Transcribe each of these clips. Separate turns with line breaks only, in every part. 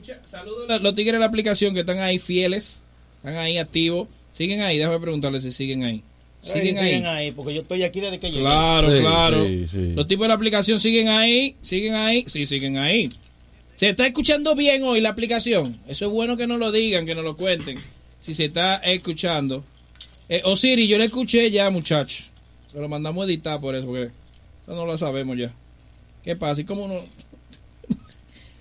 Mucha, saludos a los tigres de la aplicación que están ahí fieles, están ahí activos. Siguen ahí, déjame preguntarles si siguen ahí. Siguen,
Ay,
ahí.
siguen ahí, porque yo estoy aquí desde que llegué.
Claro,
Sí,
claro.
sí, sí.
Los tipos de la aplicación siguen ahí, siguen ahí, sí, siguen ahí. ¿Se está escuchando bien hoy la aplicación? Eso es bueno que nos lo digan, que nos lo cuenten. Si se está escuchando. Eh, Osiri, yo le escuché ya, muchacho. Se lo mandamos a editar por eso, porque eso no lo sabemos ya. ¿Qué pasa? ¿Y cómo no?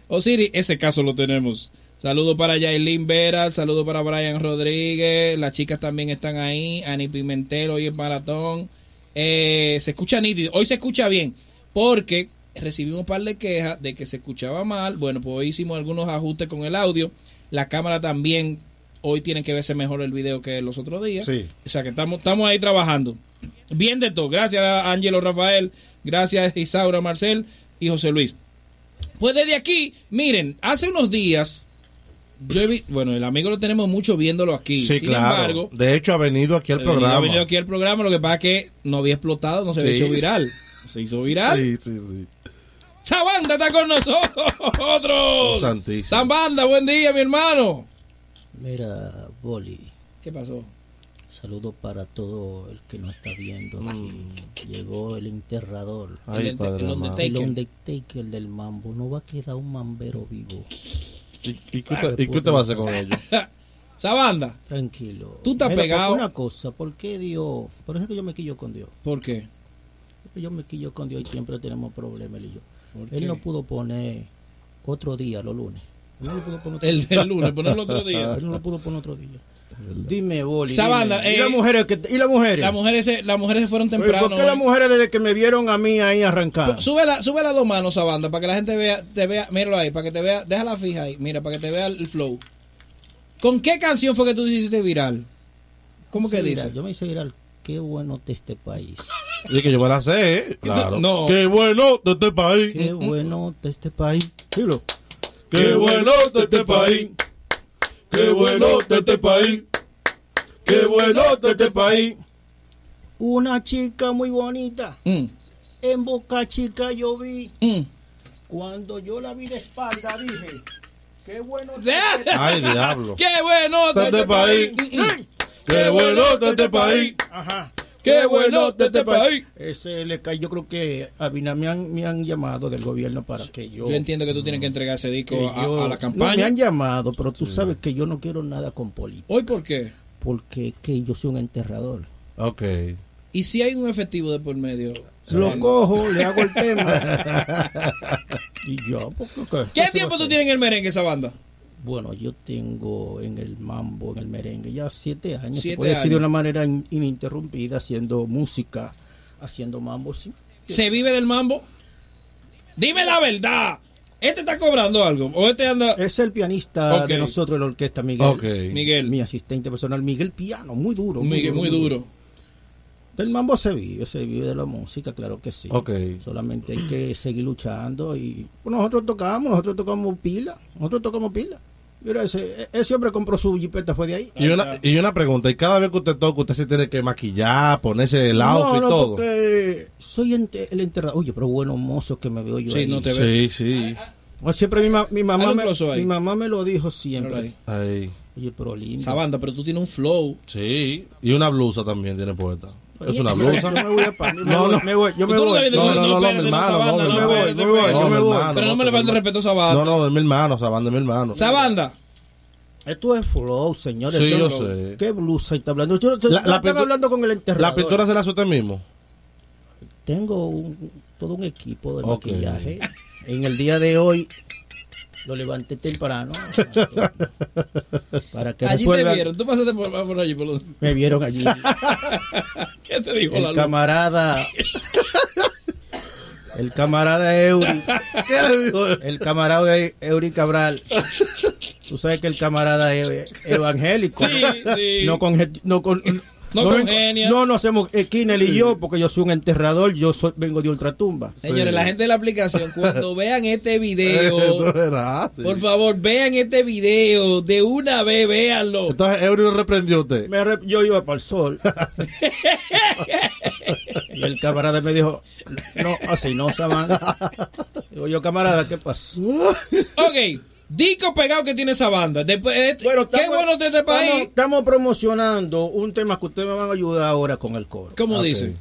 Osiri, ese caso lo tenemos. Saludos para Yailin Vera, saludos para Brian Rodríguez, las chicas también están ahí, Ani Pimentel, hoy es maratón. Eh, se escucha nítido, hoy se escucha bien, porque recibimos un par de quejas de que se escuchaba mal. Bueno, pues hoy hicimos algunos ajustes con el audio, la cámara también, hoy tiene que verse mejor el video que los otros días.
Sí.
O sea que estamos, estamos ahí trabajando. Bien de todo. Gracias a Ángelo Rafael, gracias Isaura Marcel y José Luis. Pues desde aquí, miren, hace unos días, yo he vi- bueno, el amigo lo tenemos mucho viéndolo aquí.
Sí,
Sin
claro.
embargo,
de hecho, ha venido aquí al
ha venido-
programa.
ha venido aquí al programa, lo que pasa es que no había explotado, no se había
Sí.
hecho viral. Se hizo viral.
Sí, sí, sí.
¡Sabanda está con nosotros!
Oh, santísimo.
¡Sabanda, buen día, mi hermano!
Mira, Boli,
¿Qué pasó?
saludo para todo el que no está viendo aquí.
Mm.
Llegó el enterrador.
Ay,
El- el-
padre
el
amado.
Undertaker.
El Undertaker del mambo. No va a quedar un mambero vivo.
¿Y, y qué usted, y qué usted va a hacer con ellos?
¡Sabanda!
Tranquilo.
Tú estás
Mira,
pegado.
Una cosa, ¿por qué Dios? Por eso es que yo me quillo con Dios.
¿Por qué?
Yo me quillo con Dios y siempre tenemos problemas, él y yo.
¿Por qué?
Él no pudo poner otro día, los lunes. Él no lo pudo poner otro
El
día.
del lunes, ponerlo otro día.
Él no lo pudo poner otro día. Dime, Boli.
Esa
dime.
banda,
¿Y, las
eh,
mujeres que, ¿Y las mujeres?
Las mujeres, se- las mujeres se fueron
Oye,
temprano.
¿Por qué las
hoy?
mujeres desde que me vieron a mí ahí arrancar?
Sube la, sube la dos manos a banda para que la gente vea, te vea, míralo ahí, para que te vea, déjala fija ahí, mira, para que te vea el flow. ¿Con qué canción fue que tú te hiciste viral? ¿Cómo que
Sí,
dice?
viral, Yo me hice viral. Qué bueno de este país.
Y que yo me la sé, ¿eh? Claro.
No.
Qué bueno de este
eh,
país.
Qué bueno de este país. Dilo.
Qué bueno de este país. Qué bueno de este país. Qué bueno de este país.
Una chica muy bonita.
Mm,
En Boca Chica yo vi.
mm.
Cuando yo la vi de espalda dije. Qué bueno. de este
De-
Ay, diablo.
¡Qué bueno de este
Este
país!
país.
Mm, mm.
Qué bueno de este país.
Ajá.
¡Qué bueno de este país!
Ese le cae. Yo creo que a Binamián me han llamado del gobierno para que yo.
Yo entiendo que tú tienes que entregar ese disco
que
a,
yo-
a la
No, me
campaña.
han llamado, pero tú sabes que yo no quiero nada con política.
¿Hoy por qué?
Porque es que yo soy un enterrador.
Ok.
¿Y si hay un efectivo de por medio?
Lo cojo, le hago el tema. y yo, ¿por qué? ¿Qué se va
¿Qué
a
tiempo tú
hacer?
tienes en el merengue esa banda?
Bueno, yo tengo en el mambo, en el merengue, ya siete años.
Siete
se puede decir de
años.
una manera in- ininterrumpida, haciendo música, haciendo mambo, sí.
¿Se vive del mambo? Dime la verdad. ¿Este está cobrando algo? ¿O este anda...
Es el pianista
Ok.
de nosotros, la orquesta Miguel.
Ok.
Miguel.
Mi asistente personal, Miguel Piano, muy duro.
Miguel, muy duro.
Del mambo se vive, se vive de la música, claro que sí.
Ok.
Solamente hay que seguir luchando y pues, nosotros tocamos, nosotros tocamos pila, nosotros tocamos pila. Mira, ese, ese hombre compró su jipeta, fue de ahí.
Y una, y una pregunta, y cada vez que usted toca, usted se tiene que maquillar, ponerse el
no,
outfit y
no,
todo.
porque soy ente- el enterrado. Oye, pero bueno, mozo que me veo yo
Sí,
ahí.
no te veo.
Sí, sí.
Bueno, siempre mi, ma- mi
Hazle
mamá
un
me,
close ahí.
mi mamá me lo dijo siempre.
Ahí.
Oye, pero lindo.
Esa banda, pero tú tienes un flow.
Sí. Y una blusa también tiene puesta. Es una
Yo
blusa.
me voy a pa- me
No,
voy,
no.
me voy, yo
Tú
me
no
voy.
sabes de-
No, no, no, no, mi hermano, no, mi
me voy,
hermano.
me voy,
Ah, No,
yo me
mi
voy.
hermano,
Pero no me le falte respeto a esa
No,
banda.
no, de mi hermano, esa banda de mi hermano.
Esa banda.
Esto es flow, señores.
Sí,
Eso
yo
es flow.
sé.
¿Qué blusa está hablando? Yo, yo-
La-
yo
la
estaba
pintu-
hablando con el eh. enterrador.
Eh, La pintura se la hace usted mismo.
Tengo un- todo un equipo de
Ok.
maquillaje. En el día de hoy lo levanté temprano. para que
Allí te
resuelvan.
vieron. Tú pasaste por, por allí. Por los...
Me vieron allí.
¿Qué te dijo la
El
luz?
camarada. El camarada Eury.
¿Qué le dijo?
El camarada de Eury Cabral. Tú sabes que el camarada es evangélico.
Sí, sí.
No conge- no con-
No
no-
congenia.
no, no hacemos esquina él y yo, porque yo soy un enterrador, yo soy- vengo de ultratumba.
Señores, la gente de la aplicación, cuando vean este video, por
Por
favor, vean este video. De una vez, véanlo.
Entonces, Eury lo reprendió a usted.
Me re- yo iba para el sol. y el camarada me dijo, no, así no, Samantha. Digo yo, camarada, ¿qué pasó?
Ok. Disco pegado que tiene esa banda. Después, eh,
Bueno,
qué
estamos-
bueno de este
estamos-
país.
Estamos promocionando un tema que ustedes me van a ayudar ahora con el coro.
¿Cómo
Ok.
dice?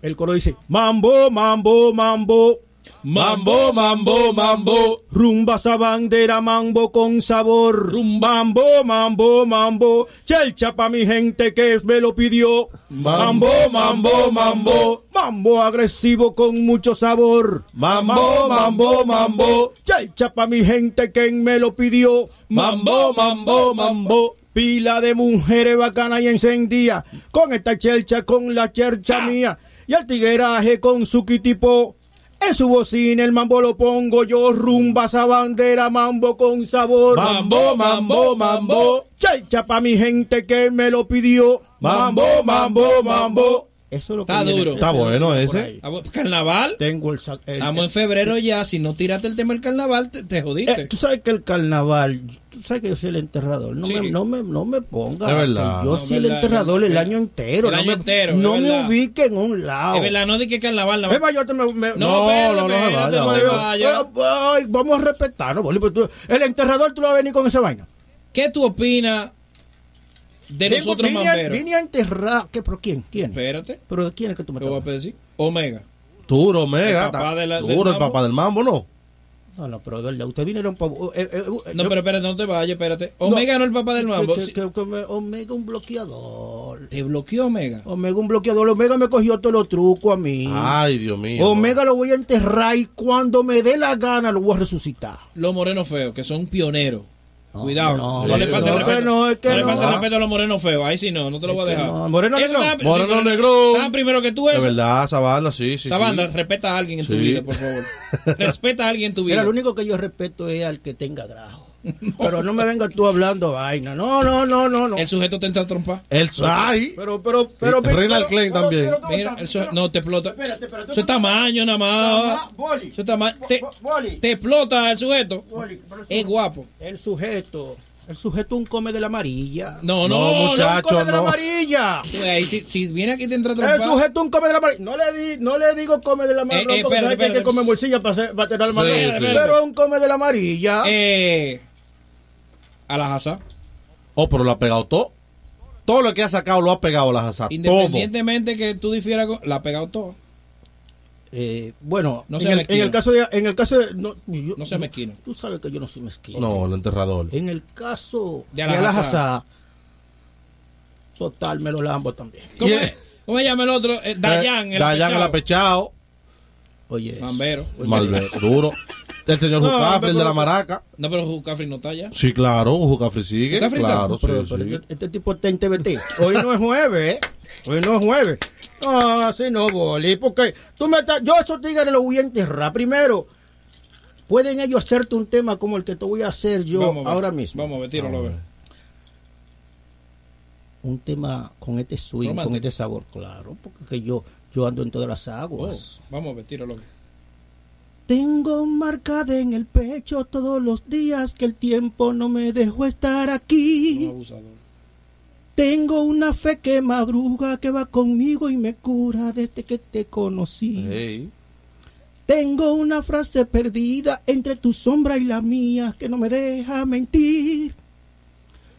El coro dice: Mambo, mambo, mambo.
Mambo, mambo, mambo.
Rumba esa bandera, mambo con sabor.
Rumba.
Mambo, mambo, mambo. Chelcha pa' mi gente que me lo pidió.
Mambo, mambo, mambo.
Mambo agresivo con mucho sabor.
Mambo, mambo, mambo.
Chelcha pa' mi gente que me lo pidió.
Mambo, mambo, mambo.
Pila de mujeres bacanas y encendía. Con esta chelcha, con la chercha
Ah.
mía. Y al tigueraje con su kitipo. En su bocina el mambo lo pongo yo. Rumba esa bandera, mambo con sabor.
Mambo, mambo, mambo.
Chelcha pa' mi gente que me lo pidió.
Mambo, mambo, mambo.
Eso es lo que
Está
viene.
duro.
Está bueno
Por
ese.
ahí.
Ah, bueno, Carnaval.
Tengo el, sa- el-
Estamos en febrero ya. Si no tiraste el tema del carnaval, te, te jodiste.
Eh, tú sabes que el carnaval, tú sabes que yo soy el enterrador. No,
Sí.
me, no, me, no me ponga.
Es verdad.
que Yo
No,
soy
verdad,
el enterrador
es
el
verdad.
año entero.
El
no
año
me,
entero,
no
es
me
verdad.
ubique en un lado.
Es verdad, no di que carnaval. la-
Es más, yo te me- me-
No,
No, no, no,
espérate,
se
espérate,
vaya,
no te
vaya.
vayas.
Ay, vamos a respetarnos, Bolí, pues tú- el enterrador tú lo vas a venir con esa vaina.
¿Qué tú opinas de
Digo,
nosotros,
vine, a,
mamberos?
vine a enterrar. ¿Qué, ¿Pero quién? ¿Quién?
Espérate.
¿Pero de quién es que tú me
Te voy a
estás
decir. Omega.
Duro, mega.
El papá
está-
de la- del
Duro, el
mambo.
papá del mambo, ¿no?
No, no, pero de verdad, ustedes vinieron eh, para.
No, pero espérate, no te vayas, espérate. Omega no, el papá del mambo. Si-
Omega un bloqueador.
¿Te bloqueó Omega?
Omega un bloqueador. Omega me cogió todos los trucos a mí.
Ay, Dios mío.
Oh,
Omega lo voy a enterrar y cuando me dé la gana lo voy a resucitar.
Los morenos feos, que son pioneros.
No,
Cuidado.
no,
No,
no,
le falta el
no,
respeto.
que no, es que
le
no.
falta el respeto a los morenos feos. Ahí sí no, no te lo voy a
Es que
dejar.
no. Moreno
Eso
negro.
estaba-
Moreno
sí,
negro.
Estaban primero que tú
De
eso.
verdad, esa banda, sí, sí.
Esa
sí.
banda, respeta a alguien en tu
Sí.
vida, por favor. respeta a alguien en tu vida.
Mira, lo único que yo respeto es al que tenga grajo. Pero no me vengas tú hablando vaina. No, no, no, no, no.
El sujeto te entra a trompar.
El Ay.
Pero, pero, pero.
Sí, Reynald Klein también.
Mira, el suje- no, te explota.
Espérate, espérate,
Eso es tamaño nada más.
Boli.
Eso es tamaño.
Bo-
Te,
bo- boli.
te explota el sujeto.
Boli, pero el
Es
suje-
guapo.
El sujeto. El sujeto un come de la amarilla.
No,
No,
no,
muchacho.
no.
Un come de la
no.
amarilla.
Pues ahí, si, si viene aquí y te entra a
El
trompar.
sujeto un come de la amarilla. No le, di, no le digo come de
Eh,
la amarilla.
eh,
porque
espérate,
hay que
espérate.
comer bolsilla para, hacer, para tirar la
Sí,
mano.
sí.
Pero es un come de la amarilla.
Eh, a la Hazá.
Oh, pero lo ha pegado todo. Todo lo que ha sacado lo ha pegado las asas. Todo.
Independientemente que tú difieras con. La ha pegado todo.
Eh, bueno,
No
en,
sea
el,
mezquino.
en el caso de... En el caso de no, yo-
No sea mezquino.
Tú sabes que yo no soy mezquino.
No, el enterrador.
En el caso
De
de
Alhazá.
Alhazá, total, me lo lambo también.
¿Cómo,
Yeah.
es- cómo se llama el otro? Eh, Dayan.
Eh,
el
Dayan, el
apechado.
apechado.
Oye, eso.
Mambero.
Oye,
Malve, duro. El señor
No,
Jucafri, el de la
pero-
maraca.
No, pero Jucafri no está ya.
Sí, claro, Jucafri sigue.
Jucafri está.
claro, sí,
pero- pero
sí.
este, este tipo está en TBT. Hoy no es jueves, ¿eh? Hoy no es jueves. Ah, sí, no, boli, porque tú me estás... Yo a esos tigres los voy a enterrar. Primero, pueden ellos hacerte un tema como el que te voy a hacer yo
Vamos a ver,
ahora mismo.
Vamos a ver,
Ah,
tíralo a ver.
un tema con este swing,
Romántico.
con este sabor, claro, porque que yo, yo ando en todas las aguas.
Oh, vamos a ver, tíralo a ver.
Tengo marcada en el pecho todos los días que el tiempo no me dejó estar
Un
aquí.
abusador.
Tengo una fe que madruga, que va conmigo y me cura desde que te conocí.
Ey.
Tengo una frase perdida entre tu sombra y la mía que no me deja mentir.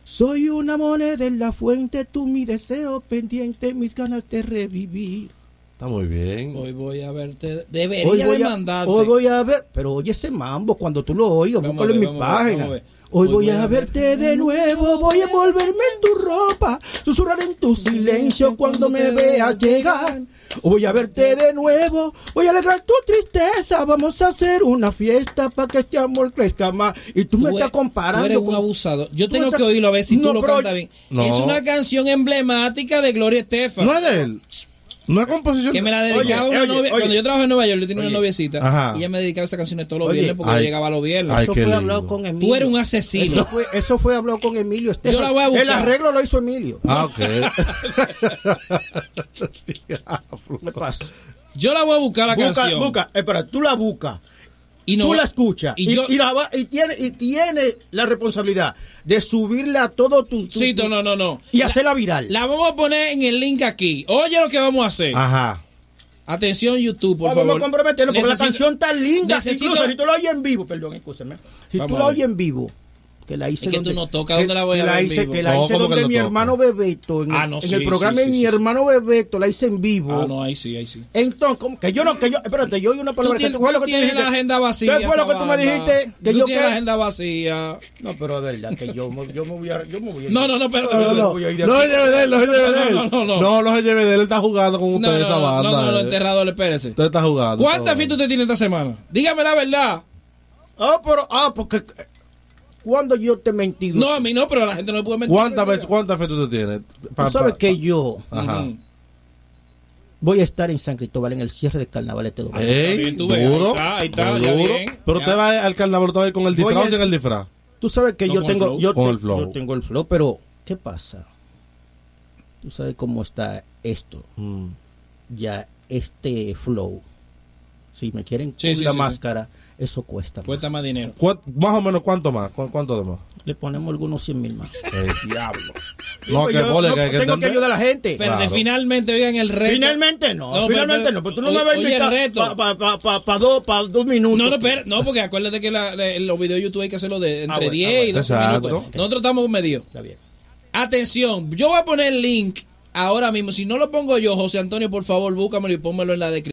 Soy una moneda en la fuente, tú mi deseo pendiente, mis ganas de revivir.
Está muy bien.
Hoy voy a verte.
Hoy
Debería
voy,
de
a,
mandarte.
hoy voy a ver, pero oye ese mambo, cuando tú lo oigas,
Vamos
búscalo
a
en
ver,
mi
vamos a ver,
página.
vamos a ver.
Hoy voy a verte de nuevo, voy a envolverme en tu ropa, susurrar en tu silencio cuando me veas llegar. Hoy voy a verte de nuevo, voy a alegrar tu tristeza, vamos a hacer una fiesta para que este amor crezca más. Y tú,
Tú e-
me estás
Tú eres
comparando
un
con...
abusador. Yo
tú
tengo
estás-
que oírlo a ver si
No,
tú lo
pero-
cantas bien.
No.
Es una canción emblemática de Gloria Estefan.
No es de él. No es composición.
que me la
de-
dedicaba
Oye,
una
oye,
novia.
oye.
Cuando yo trabajaba en Nueva York, yo tenía una
Oye.
noviecita.
Ajá.
Y ella me dedicaba esas canciones todos los
Oye.
viernes porque
Ay.
yo llegaba los viernes.
Ay,
Eso
qué
fue
lindo.
hablado con Emilio.
Tú eres un asesino.
Eso fue, eso fue hablado con Emilio Estefan.
Yo la voy a
El
buscar.
arreglo lo hizo Emilio.
Ah, ok.
Me pasa.
Yo la voy a buscar la
Busca,
canción.
busca, espera, tú la buscas,
Y no,
tú la escuchas
Y
y,
yo-
y la va- y tiene, y tiene la responsabilidad de subirla a todo tu, tu-
Sí, no, no, no, no.
y hacerla viral.
La vamos a poner en el link aquí. Oye lo que vamos a hacer.
Ajá.
Atención, YouTube, por
Ah. Vamos
favor.
a comprometernos porque
Necesito-
la canción está linda.
necesito-
Incluso si tú la oyes en vivo, perdón, escúchame. Si
Vamos
tú la
a ver.
oyes en vivo, que la hice
Es que tú no tocas, ¿dónde la voy a
que
ver en
hice,
vivo?
Que la
No,
hice
¿cómo que
donde
no
mi
toca?
hermano Bebeto, en,
Ah, no,
en
sí,
el
sí,
programa
sí,
de mi
sí.
hermano Bebeto, la hice en vivo.
Ah, no, ahí sí, ahí sí.
Entonces, ¿cómo? que yo no, que yo, espérate, yo oí una
Tú
palabra que
tienes,
fue lo
tú
que tú
tienes
dijiste?
la agenda vacía.
¿Qué fue lo que tú me
Sabana?
dijiste? Que
tú
yo
tienes
qué?
la agenda vacía.
No, pero es verdad que yo, me- yo me voy a, yo me voy a
No, no, no, espérate.
No,
espérate.
no, no,
Voy a ir de
los
aquí.
LLVD, los LLVD.
No, no, no, no.
No, los LLVD, él está jugando con
No,
ustedes
no,
esa
no,
banda.
no, no, no,
eh.
enterrador, espérese.
Usted está jugando.
¿Cuántas fiestas
está jugando.
usted tiene esta semana? Dígame la verdad.
Ah, pero, ah, porque eh, cuando yo te he mentido,
No, a mí no, pero a la gente no le puede mentir.
¿Cuántas veces, cuántas fiestas usted tiene? Pa-
tú sabes
pa-
que yo
pa- Ajá.
Ujú.
voy a estar en San Cristóbal en el cierre del carnaval este domingo.
Ey,
También tú ves,
duro,
ahí está, ahí está, ya
duro.
bien.
Pero
Ya.
usted va al carnaval, usted va a ir con el disfraz
Voy
o sin
a-
el disfraz.
Tú sabes que
No,
yo
con el
tengo
flow.
yo,
Con
te-
el flow.
yo tengo el flow, pero ¿qué pasa? Tú sabes cómo está esto.
Mm.
Ya este flow. Si me quieren
Sí,
con
sí,
la
sí,
máscara, eso cuesta.
Cuesta más dinero.
¿Cuá- Más o menos, ¿cuánto más? ¿Cu- ¿Cuánto de más?
Le ponemos algunos 100 mil más.
diablo. No, que
Yo-
mole,
no,
que, que
tengo que
entender.
ayudar a la gente.
Pero
Claro.
finalmente, oigan el reto.
Finalmente no,
No, pero-
finalmente
pero-
no, pero tú no
oye-
me vas a
oye, el reto.
invitar para dos, pa dos minutos.
No, no, pero, no, porque acuérdate que la- la- los videos de YouTube hay que hacerlo de entre
Ah, bueno,
10
ah,
y
bueno.
12
Exacto.
minutos. Nosotros estamos medio.
Está bien.
Atención, yo voy a poner el link ahora mismo. Si no lo pongo yo, José Antonio, por favor, búscamelo y pónmelo en la descripción.